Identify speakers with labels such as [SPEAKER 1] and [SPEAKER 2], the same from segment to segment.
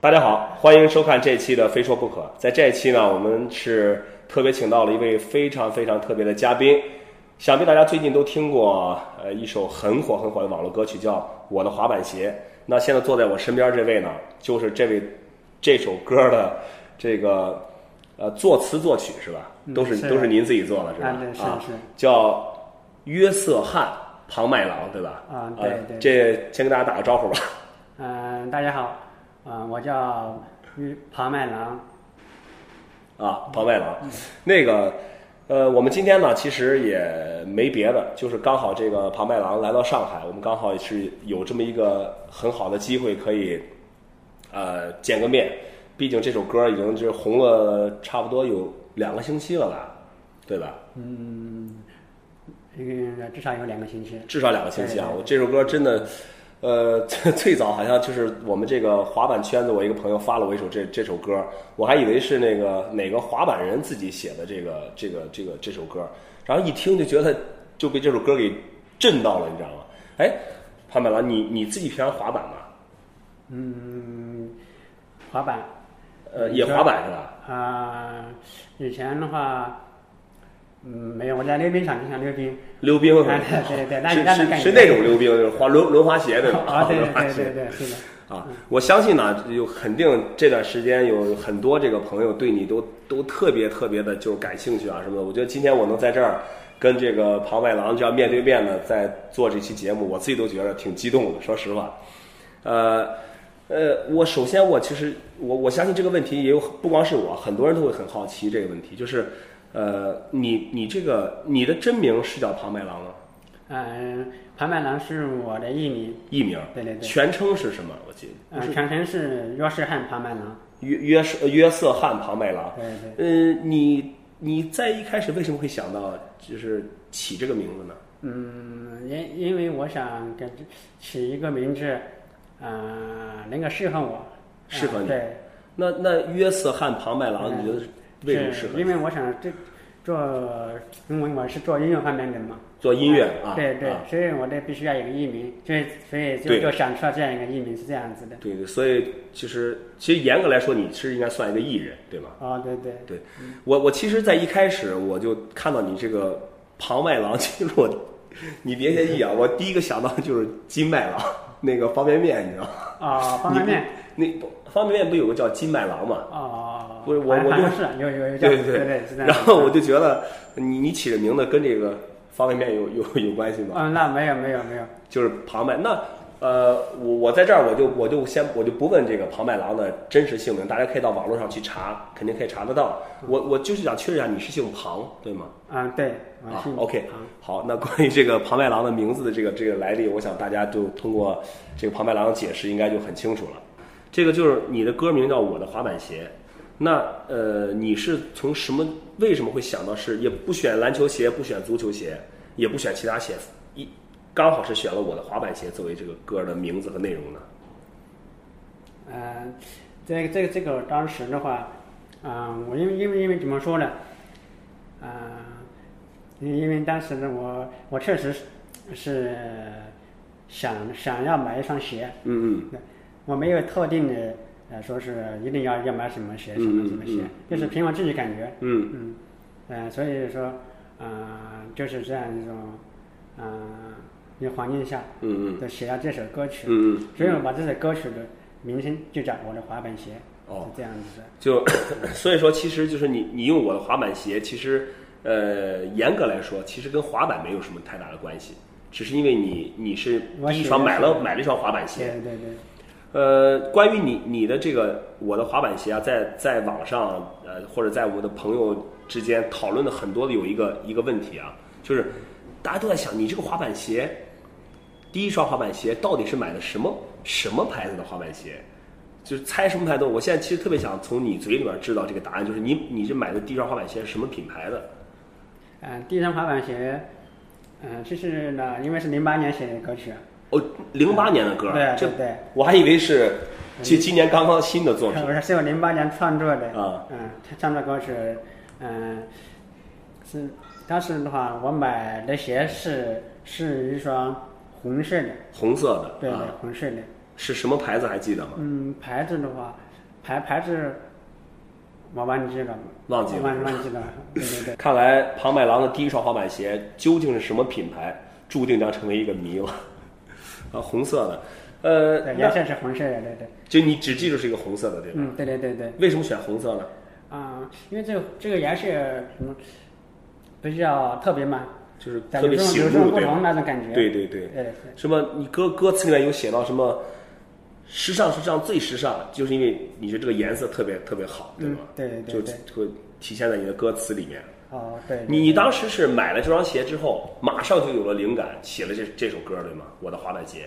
[SPEAKER 1] 大家好，欢迎收看这期的《非说不可》。在这一期呢，我们是特别请到了一位非常非常特别的嘉宾。想必大家最近都听过呃一首很火很火的网络歌曲，叫《我的滑板鞋》。那现在坐在我身边这位呢，就是这位这首歌的这个呃作词作曲是吧？
[SPEAKER 2] 嗯
[SPEAKER 1] 都是
[SPEAKER 2] 是
[SPEAKER 1] 都是您自己做的是吧？
[SPEAKER 2] 啊对是
[SPEAKER 1] 啊
[SPEAKER 2] 是
[SPEAKER 1] 叫约瑟翰庞麦郎对吧？
[SPEAKER 2] 啊
[SPEAKER 1] 呃
[SPEAKER 2] 对对
[SPEAKER 1] 这先跟大家打个招呼吧。
[SPEAKER 2] 嗯、大家好，啊、我叫于庞麦郎，
[SPEAKER 1] 啊，庞麦郎，那个，呃，我们今天呢，其实也没别的，就是刚好这个庞麦郎来到上海，我们刚好也是有这么一个很好的机会可以，呃，见个面。毕竟这首歌已经就是红了差不多有两个星期了吧，对吧？
[SPEAKER 2] 嗯，至少有两个星期。
[SPEAKER 1] 至少两个星期啊！我这首歌真的，呃，最最早好像就是我们这个滑板圈子，我一个朋友发了我一首这这首歌，我还以为是那个哪个滑板人自己写的这个这个这个这首歌，然后一听就觉得就被这首歌给震到了，你知道吗？哎，潘本郎，你你自己平常滑板吗？
[SPEAKER 2] 嗯，滑板
[SPEAKER 1] 呃，
[SPEAKER 2] 嗯
[SPEAKER 1] 也滑板是吧？
[SPEAKER 2] 啊、以前的话，嗯，没有，我在溜冰场经常溜冰。
[SPEAKER 1] 溜冰是吧
[SPEAKER 2] 哎？对对对那
[SPEAKER 1] 是
[SPEAKER 2] 那能
[SPEAKER 1] 是
[SPEAKER 2] 干
[SPEAKER 1] 是
[SPEAKER 2] 一辈
[SPEAKER 1] 那
[SPEAKER 2] 子
[SPEAKER 1] 种溜冰，就是滑轮轮滑鞋 对吧？
[SPEAKER 2] 啊，对
[SPEAKER 1] 轮滑
[SPEAKER 2] 对
[SPEAKER 1] 鞋
[SPEAKER 2] 对对对，是的。
[SPEAKER 1] 啊，我相信呢，有肯定这段时间有很多这个朋友对你都都特别特别的，就是感兴趣啊什么的。我觉得今天我能在这儿跟这个庞麦郎这样面对面的在做这期节目，我自己都觉得挺激动的，说实话。呃呃，我首先我其实我我相信这个问题也有不光是我，很多人都会很好奇这个问题，就是呃，你你这个你的真名是叫庞麦郎吗？
[SPEAKER 2] 嗯、庞麦郎是我的艺名，
[SPEAKER 1] 艺名？
[SPEAKER 2] 对对对
[SPEAKER 1] 全称是什么？我记得
[SPEAKER 2] 嗯、全称是约瑟汉庞麦郎。
[SPEAKER 1] 约约瑟约瑟翰庞麦郎。
[SPEAKER 2] 对对，
[SPEAKER 1] 呃，你你在一开始为什么会想到就是起这个名字呢？
[SPEAKER 2] 嗯，因因为我想给起一个名字，嗯、能够适合我。
[SPEAKER 1] 适合
[SPEAKER 2] 啊
[SPEAKER 1] 你
[SPEAKER 2] 对。
[SPEAKER 1] 那那约瑟翰庞麦郎，你觉得
[SPEAKER 2] 嗯
[SPEAKER 1] 是为什么适
[SPEAKER 2] 是
[SPEAKER 1] 合
[SPEAKER 2] 因为我想这做，因为我是做音乐方面的嘛。
[SPEAKER 1] 做音乐啊？
[SPEAKER 2] 对对
[SPEAKER 1] 啊，
[SPEAKER 2] 所以我这必须要有个艺名，所以所以就
[SPEAKER 1] 对
[SPEAKER 2] 就想出来这样一个艺名是这样子的。
[SPEAKER 1] 对对，所以其实其实严格来说，你是应该算一个艺人，对吗？
[SPEAKER 2] 哦，对对，
[SPEAKER 1] 对我我其实，在一开始我就看到你这个庞麦郎，其实我你别介意啊，我第一个想到就是金麦郎那个方便面，你知道吗？
[SPEAKER 2] 哦，方便面，
[SPEAKER 1] 你不，那方便面不有个叫金麦郎吗？
[SPEAKER 2] 哦，
[SPEAKER 1] 不是我
[SPEAKER 2] 好像
[SPEAKER 1] 我就
[SPEAKER 2] 好像是有有有叫
[SPEAKER 1] 对
[SPEAKER 2] 对对，是这样
[SPEAKER 1] 然后我就觉得你你起的名字跟这个方便面有有有关系吗？
[SPEAKER 2] 嗯，那没有没有没有，
[SPEAKER 1] 就是庞麦。那呃，我我在这儿我就我就先我就不问这个庞麦郎的真实姓名，大家可以到网络上去查，肯定可以查得到。我我就是想确认一下，你是姓庞对吗？
[SPEAKER 2] 嗯，对，我
[SPEAKER 1] 啊
[SPEAKER 2] 姓
[SPEAKER 1] ，OK，
[SPEAKER 2] 啊
[SPEAKER 1] 好，那关于这个庞麦郎的名字的这个这个来历，我想大家就通过这个庞麦郎的解释，应该就很清楚了。这个就是你的歌名叫《我的滑板鞋》，那呃，你是从什么为什么会想到是也不选篮球鞋，不选足球鞋，也不选其他鞋，一刚好是选了我的滑板鞋作为这个歌的名字和内容呢？
[SPEAKER 2] 嗯，这个这个这个当时的话，啊、我因为因为因为怎么说呢，啊、因因为当时呢，我我确实是是想想要买一双鞋，
[SPEAKER 1] 嗯嗯，
[SPEAKER 2] 我没有特定的呃说是一定要要买什么鞋
[SPEAKER 1] 嗯
[SPEAKER 2] 什么什么鞋
[SPEAKER 1] 嗯，
[SPEAKER 2] 就是凭我自己感觉，
[SPEAKER 1] 嗯
[SPEAKER 2] 嗯，呃，所以说，啊、就是这样一种，啊、一个环境下，
[SPEAKER 1] 嗯嗯
[SPEAKER 2] 就写了这首歌曲，
[SPEAKER 1] 嗯嗯
[SPEAKER 2] 所以我把这首歌曲的名称就叫我的滑板鞋，
[SPEAKER 1] 哦
[SPEAKER 2] 是这样子的，
[SPEAKER 1] 就 所以说，其实就是你你用我的滑板鞋，其实呃，严格来说，其实跟滑板没有什么太大的关系，只是因为你你是
[SPEAKER 2] 我
[SPEAKER 1] 第一
[SPEAKER 2] 喜
[SPEAKER 1] 双
[SPEAKER 2] 欢
[SPEAKER 1] 买
[SPEAKER 2] 是
[SPEAKER 1] 了买了一双滑板鞋。
[SPEAKER 2] 对对对，
[SPEAKER 1] 呃，关于你你的这个我的滑板鞋啊，在在网上呃或者在我们的朋友之间讨论的很多的有一个一个问题啊，就是大家都在想你这个滑板鞋，第一双滑板鞋到底是买的什么什么牌子的滑板鞋？就是猜什么牌子？我现在其实特别想从你嘴里边知道这个答案，就是你你这买的第一双滑板鞋是什么品牌的？
[SPEAKER 2] 嗯、第一双滑板鞋，嗯、其实呢，因为是零八年写的歌曲，啊
[SPEAKER 1] 哦，零八年的歌，
[SPEAKER 2] 对
[SPEAKER 1] 这
[SPEAKER 2] 对对
[SPEAKER 1] 我还以为是今今年刚刚新的作品。
[SPEAKER 2] 我是我零八年创作的，
[SPEAKER 1] 啊
[SPEAKER 2] 嗯，创作歌曲，嗯，是当时的话，我买的鞋是是一双红色的，
[SPEAKER 1] 红色的，
[SPEAKER 2] 对对
[SPEAKER 1] 啊，，
[SPEAKER 2] 红色的，
[SPEAKER 1] 是什么牌子还记得吗？
[SPEAKER 2] 嗯，牌子的话，牌牌子我忘记了，
[SPEAKER 1] 忘记了
[SPEAKER 2] 忘忘记了，对对对，
[SPEAKER 1] 看来庞麦郎的第一双滑板鞋究竟是什么品牌，注定将成为一个谜了。 啊，红色的，呃，
[SPEAKER 2] 对
[SPEAKER 1] 那
[SPEAKER 2] 颜色是红色的，对对，
[SPEAKER 1] 就你只记住是一个红色的，对吧？
[SPEAKER 2] 嗯，对对对对，
[SPEAKER 1] 为什么选红色呢？
[SPEAKER 2] 啊，因为这个这个颜色什么比较特别嘛，
[SPEAKER 1] 就是特
[SPEAKER 2] 有
[SPEAKER 1] 别
[SPEAKER 2] 这种
[SPEAKER 1] 醒
[SPEAKER 2] 有这
[SPEAKER 1] 目，
[SPEAKER 2] 种不
[SPEAKER 1] 对吧
[SPEAKER 2] 同？那种感觉，
[SPEAKER 1] 对对对。
[SPEAKER 2] 对
[SPEAKER 1] 什么？你歌歌词里面有写到什么？时尚时尚最时尚，就是因为你觉得这个颜色特别特别好，对
[SPEAKER 2] 嗯
[SPEAKER 1] 吧？，
[SPEAKER 2] 对对对
[SPEAKER 1] 就
[SPEAKER 2] 对，
[SPEAKER 1] 就会体现在你的歌词里面。
[SPEAKER 2] 哦对，
[SPEAKER 1] 你你当时是买了这双鞋之后，马上就有了灵感，写了这这首歌，对吗？我的滑板鞋。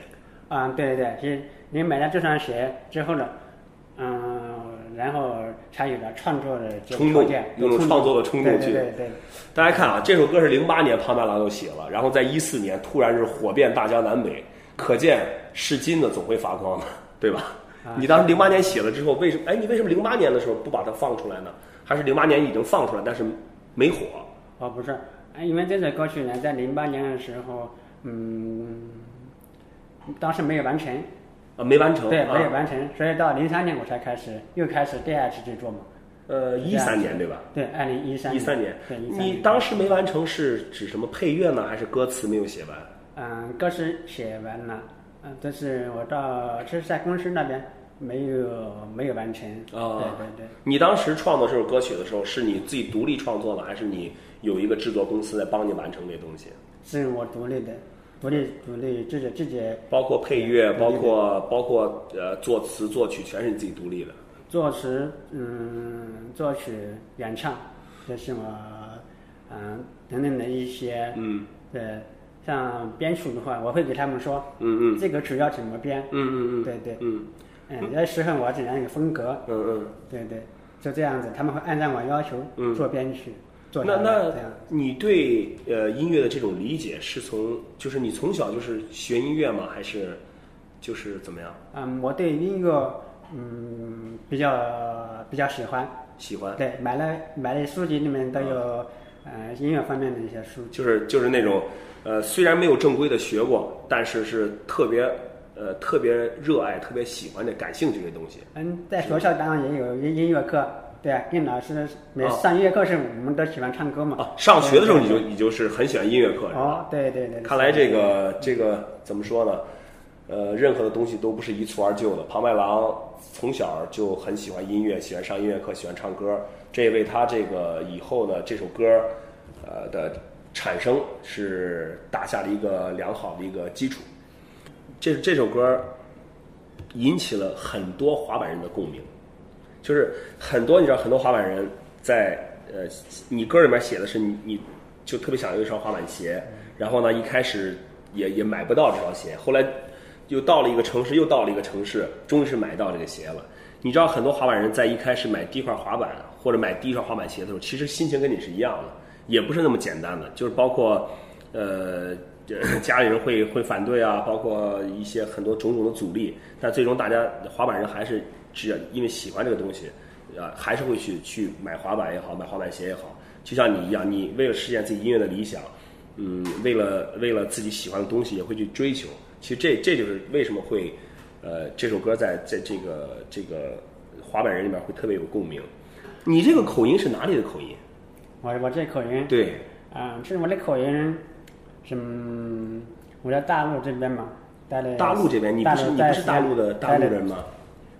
[SPEAKER 2] 啊，对对对，你你买了这双鞋之后呢，嗯，然后才有了创作的这个
[SPEAKER 1] 冲
[SPEAKER 2] 条
[SPEAKER 1] 动
[SPEAKER 2] 件
[SPEAKER 1] 有种创作的冲动
[SPEAKER 2] 对
[SPEAKER 1] 去
[SPEAKER 2] 对对对，
[SPEAKER 1] 大家看啊，这首歌是零八年庞麦郎就写了，然后在一四年突然是火遍大江南北，可见是金的总会发光的， 对吧？
[SPEAKER 2] 啊
[SPEAKER 1] 你当时零八年写了之后，为什么？哎，你为什么零八年的时候不把它放出来呢？还是零八年已经放出来，但是没火？
[SPEAKER 2] 哦不是，啊因为这首歌曲呢，在零八年的时候，嗯，当时没有完成，
[SPEAKER 1] 啊，没完成。
[SPEAKER 2] 对，
[SPEAKER 1] 啊
[SPEAKER 2] 没有完成，所以到零三年我才开始又开始第二次去做嘛，
[SPEAKER 1] 呃，一三年对吧？
[SPEAKER 2] 对，二零一三
[SPEAKER 1] 一三年，
[SPEAKER 2] 对，一三
[SPEAKER 1] 你当时没完成是指什么配乐呢？还是歌词没有写完？
[SPEAKER 2] 嗯，歌词写完了，嗯，但是我到这是在公司那边没有没有完成，
[SPEAKER 1] 哦
[SPEAKER 2] 对对对。
[SPEAKER 1] 你当时创作这首歌曲的时候，是你自己独立创作的，还是你有一个制作公司在帮你完成这东西？
[SPEAKER 2] 是我独立的，独立独立自己自己
[SPEAKER 1] 包括配乐，
[SPEAKER 2] 对
[SPEAKER 1] 包括包括呃作词作曲，全是你自己独立的。
[SPEAKER 2] 作词，嗯，作曲、演唱，这是我嗯等等的一些
[SPEAKER 1] 嗯
[SPEAKER 2] 呃，像编曲的话，我会给他们说，
[SPEAKER 1] 嗯嗯
[SPEAKER 2] 这个曲要怎么编，
[SPEAKER 1] 嗯嗯嗯
[SPEAKER 2] 对对，
[SPEAKER 1] 嗯
[SPEAKER 2] 嗯，要适合我怎样一个风格，
[SPEAKER 1] 嗯嗯
[SPEAKER 2] 对对，就这样子，他们会按照我要求
[SPEAKER 1] 嗯
[SPEAKER 2] 做编曲，做
[SPEAKER 1] 那
[SPEAKER 2] 调
[SPEAKER 1] 那
[SPEAKER 2] 这样。
[SPEAKER 1] 你对呃音乐的这种理解是从就是你从小就是学音乐吗？还是就是怎么样
[SPEAKER 2] 嗯，我对音乐嗯比较比较喜欢，
[SPEAKER 1] 喜欢？
[SPEAKER 2] 对，买了买了书籍里面都
[SPEAKER 1] 嗯
[SPEAKER 2] 有，呃，音乐方面的一些书。
[SPEAKER 1] 就是就是那种呃虽然没有正规的学过，但是是特别呃特别热爱、特别喜欢的、感兴趣的东西。
[SPEAKER 2] 嗯，在学校当然也有音音乐课，对啊，跟老师每
[SPEAKER 1] 哦
[SPEAKER 2] 上音乐课时我们都喜欢唱歌嘛。
[SPEAKER 1] 啊，上学的时候你
[SPEAKER 2] 对
[SPEAKER 1] 就你就是很喜欢音乐课
[SPEAKER 2] 对
[SPEAKER 1] 是吧？
[SPEAKER 2] 哦，对对对。对
[SPEAKER 1] 看来这个这个怎么说呢？呃，任何的东西都不是一蹴而就的。庞麦郎从小就很喜欢音乐，喜欢上音乐课，喜欢唱歌，这也为他这个以后呢这首歌，呃的产生是打下了一个良好的一个基础。这这首歌引起了很多滑板人的共鸣，就是很多你知道，很多滑板人在呃，你歌里面写的是你你就特别想要一双滑板鞋，然后呢一开始也也买不到这双鞋，后来又到了一个城市，又到了一个城市，终于是买到这个鞋了。你知道很多滑板人在一开始买第一块滑板或者买第一双滑板鞋的时候，其实心情跟你是一样的，也不是那么简单的，就是包括呃，呃 家里人会会反对啊，包括一些很多种种的阻力，但最终大家滑板人还是只要因为喜欢这个东西，啊，还是会去去买滑板也好，买滑板鞋也好，就像你一样，你为了实现自己音乐的理想，嗯，为了为了自己喜欢的东西也会去追求。其实这这就是为什么会，呃，这首歌在在这个这个滑板人里面会特别有共鸣。你这个口音是哪里的口音？
[SPEAKER 2] 我我这口音，
[SPEAKER 1] 对，
[SPEAKER 2] 嗯，其实我的口音，是嗯，我在大陆这边嘛，待了
[SPEAKER 1] 大陆这边，你不是你不是大陆的大陆？
[SPEAKER 2] 待了待了
[SPEAKER 1] 人吗？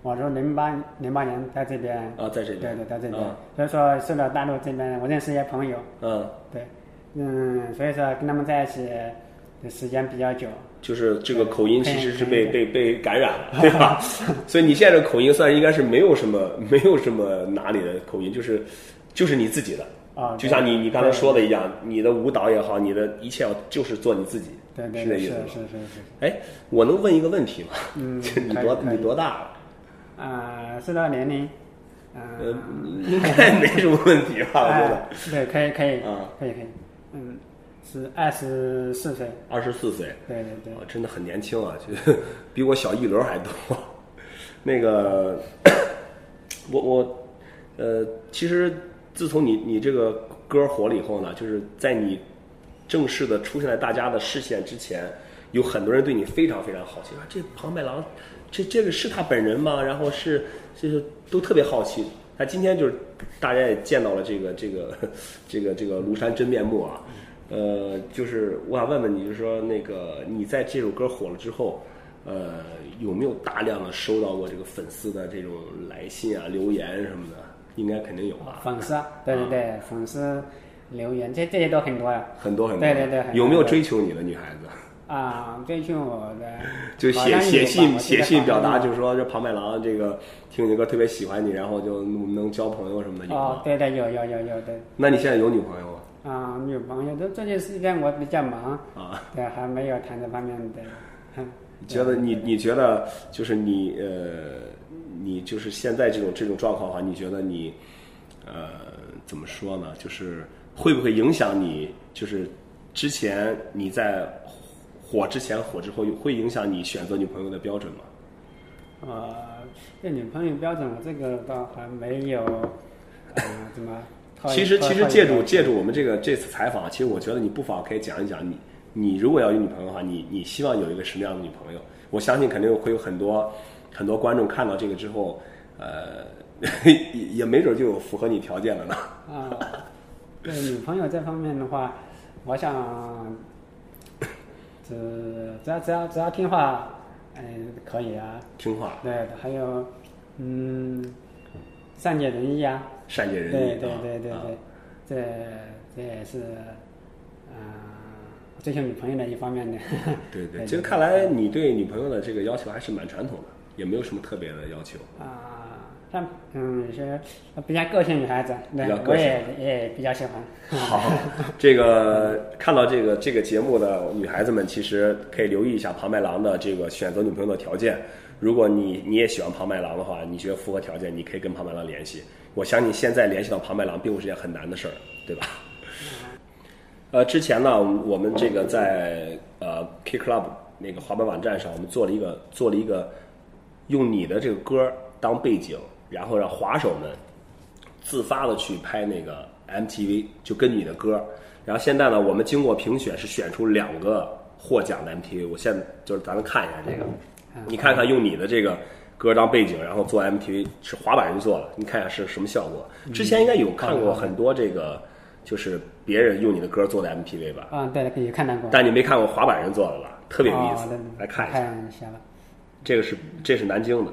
[SPEAKER 2] 我说零八零八年在这边，
[SPEAKER 1] 啊，在这
[SPEAKER 2] 对
[SPEAKER 1] 边。
[SPEAKER 2] 对，在这边
[SPEAKER 1] 啊，
[SPEAKER 2] 所以说受到大陆这边，我认识一些朋友，
[SPEAKER 1] 嗯，
[SPEAKER 2] 对，嗯，所以说跟他们在一起的时间比较久，
[SPEAKER 1] 就是这个口音其实是被
[SPEAKER 2] 嗯
[SPEAKER 1] 被被感染了，对 吧？所以你现在这口音算应该是没有什么没有什么哪里的口音，就是就是你自己的。
[SPEAKER 2] 啊，
[SPEAKER 1] 就像你你刚才说
[SPEAKER 2] 的，
[SPEAKER 1] 的一样，你的舞蹈也好，你的一切要就是做你自己，
[SPEAKER 2] 对对
[SPEAKER 1] 是这
[SPEAKER 2] 对，
[SPEAKER 1] 意
[SPEAKER 2] 是
[SPEAKER 1] 思吗？
[SPEAKER 2] 是是是，
[SPEAKER 1] 哎，我能问一个问题吗？
[SPEAKER 2] 嗯
[SPEAKER 1] 你
[SPEAKER 2] 可以
[SPEAKER 1] 多
[SPEAKER 2] 可以
[SPEAKER 1] 你多大了？
[SPEAKER 2] 啊，说到年龄，
[SPEAKER 1] 呃
[SPEAKER 2] 嗯，，
[SPEAKER 1] 应该没什么问题吧？我觉得
[SPEAKER 2] 哎对，可以可以
[SPEAKER 1] 啊，
[SPEAKER 2] 可以可以，嗯，是二十四岁，
[SPEAKER 1] 二十四岁，
[SPEAKER 2] 对对对，
[SPEAKER 1] 啊，真的很年轻啊，就 比我小一轮还多。那个， 我我呃，其实自从你你这个歌火了以后呢，就是在你正式的出现在大家的视线之前，有很多人对你非常非常好奇，啊，这庞麦郎，这这个是他本人吗？然后是就是都特别好奇。那今天就是大家也见到了这个这个这个这个庐山真面目啊，呃，就是我想问问你，就是说那个你在这首歌火了之后，呃，有没有大量的收到过这个粉丝的这种来信啊、留言什么的？应该肯定有吧，
[SPEAKER 2] 粉丝啊，对对对，粉丝留言，这这些都很多呀。
[SPEAKER 1] 很多很多。
[SPEAKER 2] 对对对很多
[SPEAKER 1] 有没有追求你的女孩子？
[SPEAKER 2] 啊，追求我的
[SPEAKER 1] 就
[SPEAKER 2] 好像
[SPEAKER 1] 写
[SPEAKER 2] 有
[SPEAKER 1] 写
[SPEAKER 2] 吧
[SPEAKER 1] 信
[SPEAKER 2] 我记
[SPEAKER 1] 写
[SPEAKER 2] 得
[SPEAKER 1] 信
[SPEAKER 2] 好
[SPEAKER 1] 表
[SPEAKER 2] 像
[SPEAKER 1] 达，
[SPEAKER 2] 有
[SPEAKER 1] 就是说这庞麦郎这个听你的歌特别喜欢你，然后就能能交朋友什么的有
[SPEAKER 2] 哦
[SPEAKER 1] 吗，？
[SPEAKER 2] 对对，有有有有的
[SPEAKER 1] 那你现在有女朋友吗？
[SPEAKER 2] 啊，女朋友都这件事情我比较忙，
[SPEAKER 1] 啊，
[SPEAKER 2] 对，还没有谈这方面的。 哼
[SPEAKER 1] 你觉得你你觉得就是你呃，你就是现在这种这种状况的话，你觉得你呃怎么说呢？就是会不会影响你？就是之前你在火之前火之后，会影响你选择女朋友的标准吗？
[SPEAKER 2] 呃，这女朋友标准，我这个倒还没有，呃，怎么？套一
[SPEAKER 1] 其实
[SPEAKER 2] 套
[SPEAKER 1] 其实
[SPEAKER 2] 套一
[SPEAKER 1] 借
[SPEAKER 2] 个
[SPEAKER 1] 助借助我们这个这次采访，其实我觉得你不妨可以讲一讲你你如果要有女朋友的话，你你希望有一个什么样的女朋友？我相信肯定会有很多很多观众看到这个之后，呃， 也也没准就有符合你条件的呢。
[SPEAKER 2] 啊，对女朋友这方面的话，我想，只只要只要只要听话，嗯、可以啊。
[SPEAKER 1] 听话，
[SPEAKER 2] 对，还有，嗯，善解人意啊。
[SPEAKER 1] 善解人
[SPEAKER 2] 对
[SPEAKER 1] 意。
[SPEAKER 2] 对对对对，
[SPEAKER 1] 啊
[SPEAKER 2] 这这也是，啊、追求女朋友的一方面的。
[SPEAKER 1] 对对，其实看来
[SPEAKER 2] 嗯
[SPEAKER 1] 你对女朋友的这个要求还是蛮传统的，也没有什么特别的要求。
[SPEAKER 2] 啊，像嗯，有些比较个性女孩子，对
[SPEAKER 1] 比较，
[SPEAKER 2] 我
[SPEAKER 1] 个性
[SPEAKER 2] 也也比较喜欢。
[SPEAKER 1] 好，这个看到这个这个节目的女孩子们，其实可以留意一下庞麦郎的这个选择女朋友的条件。如果你你也喜欢庞麦郎的话，你觉得符合条件，你可以跟庞麦郎联系。我相信现在联系到庞麦郎并不是件很难的事儿，对吧？ 呃，之前呢，我们这个在呃 K Club 那个滑板网站上，我们做了一个做了一个用你的这个歌当背景，然后让滑手们自发的去拍那个 MTV，就根据你的歌。然后现在呢，我们经过评选是选出两个获奖的 MTV。我现在就是咱们看一下这个，你看看用你的这个歌当背景，然后做 MTV 是滑板人做的，你看一下是什么效果。之前应该有看过很多这个，就是别人用你的歌做的 MTV 吧，
[SPEAKER 2] 啊，对，也看到过。
[SPEAKER 1] 但你没看过滑板人做的吧？特别有意思
[SPEAKER 2] 哦、，
[SPEAKER 1] 来看一下。
[SPEAKER 2] 看一下吧。
[SPEAKER 1] 这个是这是南京的，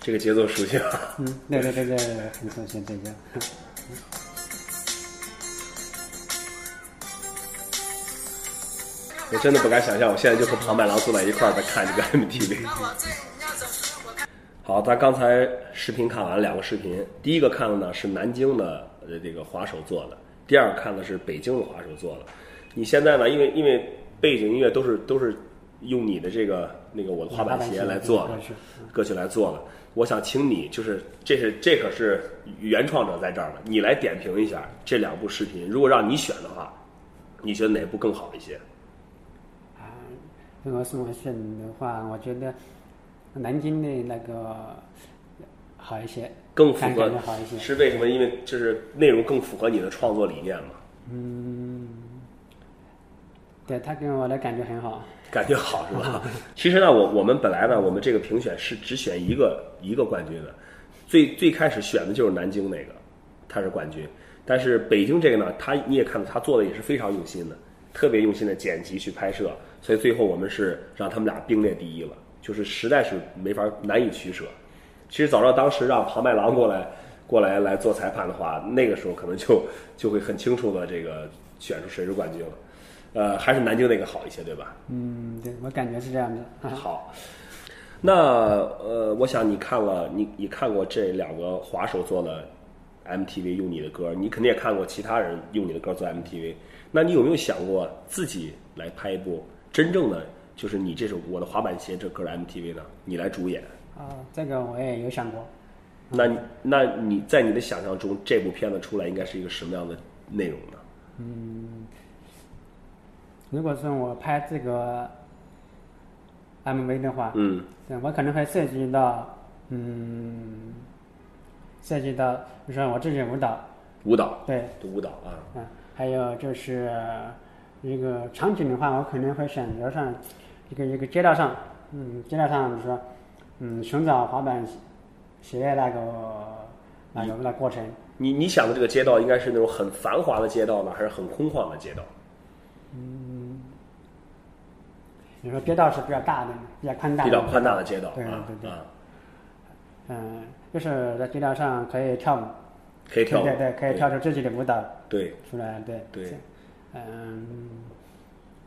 [SPEAKER 1] 这个节奏熟悉吗？
[SPEAKER 2] 嗯，对对对对，对很熟悉这个。
[SPEAKER 1] 我真的不敢想象，我现在就和庞麦郎坐在一块儿在看这个 MTV。好，咱刚才视频看完两个视频，第一个看的呢是南京的呃这个滑手做的，第二个看的是北京的滑手做的。你现在呢，因为因为背景音乐都是都是用你的这个那个我的滑板鞋来做的
[SPEAKER 2] 滑板鞋
[SPEAKER 1] 歌曲来做的，我想请你就是这是这可是原创者在这儿呢，你来点评一下这两部视频，如果让你选的话，你觉得哪部更好一些？
[SPEAKER 2] 啊，如果是我选的话，我觉得南京的那个好一些，
[SPEAKER 1] 更符
[SPEAKER 2] 感
[SPEAKER 1] 合
[SPEAKER 2] 觉好一些。
[SPEAKER 1] 是为什么？因为就是内容更符合你的创作理念嘛，
[SPEAKER 2] 对他给我的感觉很好。
[SPEAKER 1] 感觉好是吧？啊其实呢，我我们本来呢，我们这个评选是只选一个一个冠军的，最最开始选的就是南京那个，他是冠军。但是北京这个呢，他你也看到他做的也是非常用心的，特别用心的剪辑去拍摄，所以最后我们是让他们俩并列第一了，就是实在是没法难以取舍。其实早知道当时让庞麦郎过来过来来做裁判的话，那个时候可能就就会很清楚的这个选出谁是冠军了。呃，还是南京那个好一些，对吧？
[SPEAKER 2] 嗯，对我感觉是这样的。啊
[SPEAKER 1] 好，那呃，我想你看了，你你看过这两个滑手做的 MTV 用你的歌，你肯定也看过其他人用你的歌做 MTV。那你有没有想过自己来拍一部真正的，就是你这首《我的滑板鞋》这歌的 MTV 呢？你来主演？
[SPEAKER 2] 啊，这个我也有想过。
[SPEAKER 1] 那你那你在你的想象中，这部片子出来应该是一个什么样的内容呢？
[SPEAKER 2] 如果是我拍这个 MV 的话，
[SPEAKER 1] 嗯，
[SPEAKER 2] 对我可能会涉及到，嗯，涉及到，比如说我自己舞蹈，
[SPEAKER 1] 舞蹈，
[SPEAKER 2] 对，
[SPEAKER 1] 舞蹈啊，
[SPEAKER 2] 嗯，还有就是，嗯、一个场景的话，我可能会选择上一个一个街道上，嗯，街道上比如说，嗯，寻找滑板鞋那个那啊个那过程，
[SPEAKER 1] 你你想的这个街道应该是那种很繁华的街道呢，还是很空旷的街道？
[SPEAKER 2] 比如说街道是比较大的，比较宽大的，
[SPEAKER 1] 比较宽大的街道
[SPEAKER 2] 对
[SPEAKER 1] 啊
[SPEAKER 2] 对对
[SPEAKER 1] 啊，
[SPEAKER 2] 嗯，就是在街道上可以跳舞，
[SPEAKER 1] 可以跳舞，
[SPEAKER 2] 对对，可以跳出自己的舞蹈
[SPEAKER 1] 对
[SPEAKER 2] 出来，对
[SPEAKER 1] 对，
[SPEAKER 2] 嗯，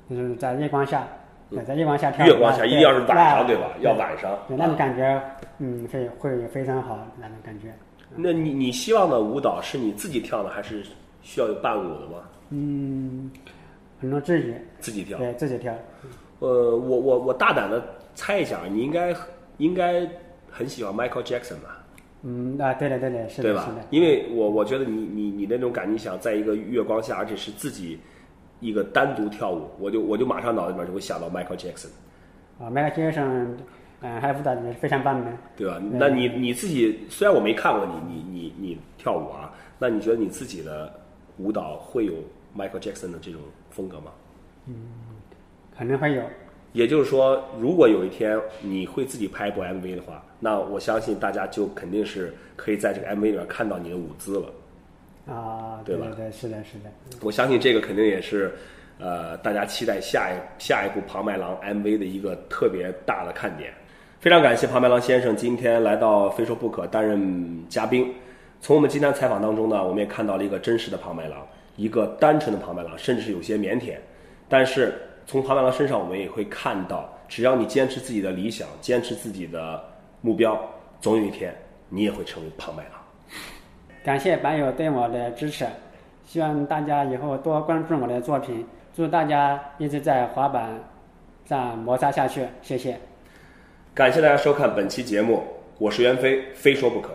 [SPEAKER 2] 就是在月光下，对，在月光下跳舞，
[SPEAKER 1] 嗯月光下一定要是晚上
[SPEAKER 2] 对
[SPEAKER 1] 对吧？要晚上。啊
[SPEAKER 2] 对，那种感觉，嗯，会会非常好，那种感觉。
[SPEAKER 1] 那你你希望的舞蹈是你自己跳呢，还是需要有伴舞的吗？
[SPEAKER 2] 嗯，很多自己
[SPEAKER 1] 自己跳。
[SPEAKER 2] 对自己跳，
[SPEAKER 1] 呃，我我我大胆的猜一下，你应该应该很喜欢 Michael Jackson 吧？
[SPEAKER 2] 嗯啊，对的对的，是
[SPEAKER 1] 对
[SPEAKER 2] 的
[SPEAKER 1] 吧
[SPEAKER 2] 是的，？
[SPEAKER 1] 因为我我觉得你你你那种感觉，你想在一个月光下，而且是自己一个单独跳舞，我就我就马上脑子里面就会想到 Michael Jackson，
[SPEAKER 2] 啊，迈克先生，嗯，还有舞蹈也是非常棒的。
[SPEAKER 1] 对吧？那你你自己虽然我没看过你你你你跳舞啊，那你觉得你自己的舞蹈会有 Michael Jackson 的这种风格吗？
[SPEAKER 2] 可能会有，
[SPEAKER 1] 也就是说，如果有一天你会自己拍一部 MV 的话，那我相信大家就肯定是可以在这个 MV 里面看到你的舞姿了。
[SPEAKER 2] 啊，
[SPEAKER 1] 对
[SPEAKER 2] 对
[SPEAKER 1] 吧
[SPEAKER 2] 对对，是的，是的，
[SPEAKER 1] 我相信这个肯定也是，呃，大家期待下一下一部庞麦郎 MV 的一个特别大的看点。非常感谢庞麦郎先生今天来到《非说不可》担任嘉宾。从我们今天采访当中呢，我们也看到了一个真实的庞麦郎，一个单纯的庞麦郎，甚至是有些腼腆。但是从庞麦郎身上，我们也会看到，只要你坚持自己的理想，坚持自己的目标，总有一天你也会成为庞麦郎。
[SPEAKER 2] 感谢版友对我的支持，希望大家以后多关注我的作品，祝大家一直在滑板上摩擦下去，谢谢。
[SPEAKER 1] 感谢大家收看本期节目，我是袁飞，非说不可。